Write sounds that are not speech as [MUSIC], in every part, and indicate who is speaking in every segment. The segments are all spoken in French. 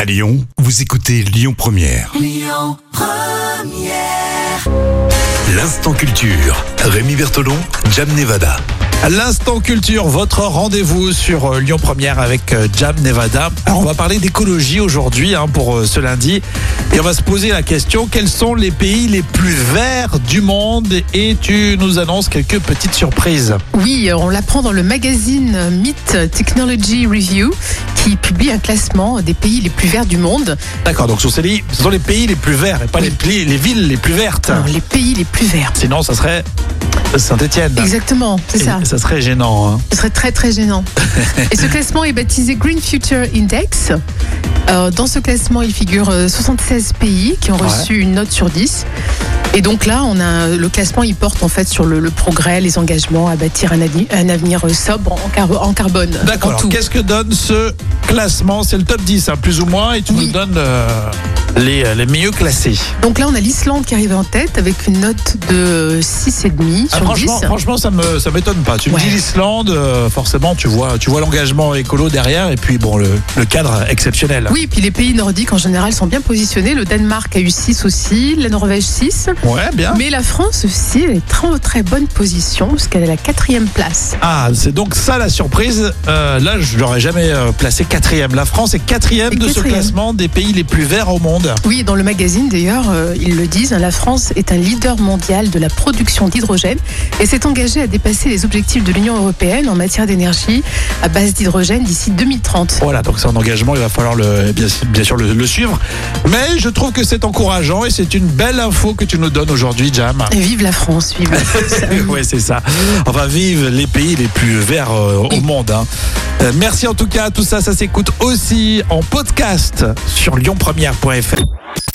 Speaker 1: À Lyon, vous écoutez Lyon Première. L'instant culture. Rémi Bertolon, Jam Nevada.
Speaker 2: L'instant culture, votre rendez-vous sur euh, Lyon Première avec euh, Jam Nevada. Alors on va parler d'écologie aujourd'hui hein, pour euh, ce lundi et on va se poser la question quels sont les pays les plus verts du monde Et tu nous annonces quelques petites surprises.
Speaker 3: Oui, on l'apprend dans le magazine Meet Technology Review qui publie un classement des pays les plus verts du monde.
Speaker 2: D'accord, donc sur ces li- ce sont les pays les plus verts et pas les, pli- les villes les plus vertes.
Speaker 3: Non, les pays les plus verts.
Speaker 2: Sinon, ça serait Saint-Étienne.
Speaker 3: Exactement, c'est ça.
Speaker 2: Ça serait gênant. hein.
Speaker 3: Ce serait très
Speaker 2: [LAUGHS]
Speaker 3: très gênant. Et ce classement est baptisé Green Future Index. Euh, dans ce classement, il figure euh, 76 pays qui ont
Speaker 2: Ouais.
Speaker 3: reçu une note sur 10. Et donc là, on a euh, le classement, il porte en fait sur le, le progrès, les engagements à bâtir un, avi- un avenir euh, sobre en, car- en carbone.
Speaker 2: D'accord. alors
Speaker 3: en Bah, tout.
Speaker 2: Qu'est-ce que donne ce classement C'est le top 10, hein, plus ou moins, et tu
Speaker 3: Oui.
Speaker 2: nous donnes euh, les, euh, les mieux classés.
Speaker 3: Donc là, on a l'Islande qui arrive en tête avec une note de 6,5
Speaker 2: Ah,
Speaker 3: sur 10.
Speaker 2: franchement, franchement, ça me ça m'étonne pas. Tu me
Speaker 3: Ouais.
Speaker 2: dis l'Islande, euh, forcément, tu vois, tu vois l'engagement écolo derrière, et puis bon, le, le cadre exceptionnel.
Speaker 3: Oui, et puis les pays nordiques en général sont bien positionnés. Le Danemark a eu 6 aussi, la Norvège 6.
Speaker 2: Ouais, bien.
Speaker 3: Mais la France aussi, elle est très très bonne position puisqu'elle est à la quatrième place.
Speaker 2: Ah, c'est donc ça la surprise. Euh, là, je l'aurais jamais euh, placé quatrième. La France est quatrième
Speaker 3: Et
Speaker 2: de ce
Speaker 3: quatrième.
Speaker 2: classement des pays les plus verts au monde.
Speaker 3: Oui, dans le magazine d'ailleurs, euh, ils le disent, hein, la France est un leader mondial de la production d'hydrogène et s'est engagée à dépasser les objectifs de l'Union européenne en matière d'énergie à base d'hydrogène d'ici 2030.
Speaker 2: Voilà, donc c'est un engagement, il va falloir le, eh bien, bien sûr le, le suivre. Mais je trouve que c'est encourageant et c'est une belle info que tu nous donnes aujourd'hui, Jam.
Speaker 3: Et vive la France, vive la France.
Speaker 2: [LAUGHS] ouais, c'est ça. Enfin, vive les pays les plus verts euh, au monde. hein. Euh, Merci en tout cas. Tout ça, ça s'écoute aussi en podcast sur lyonpremière.fr.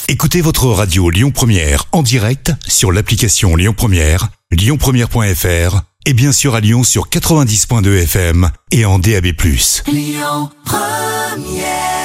Speaker 1: Écoutez votre radio Lyon Première en direct sur l'application Lyon Première, lyonpremière.fr et bien sûr à Lyon sur 90.2 FM et en DAB+.
Speaker 4: Lyon Première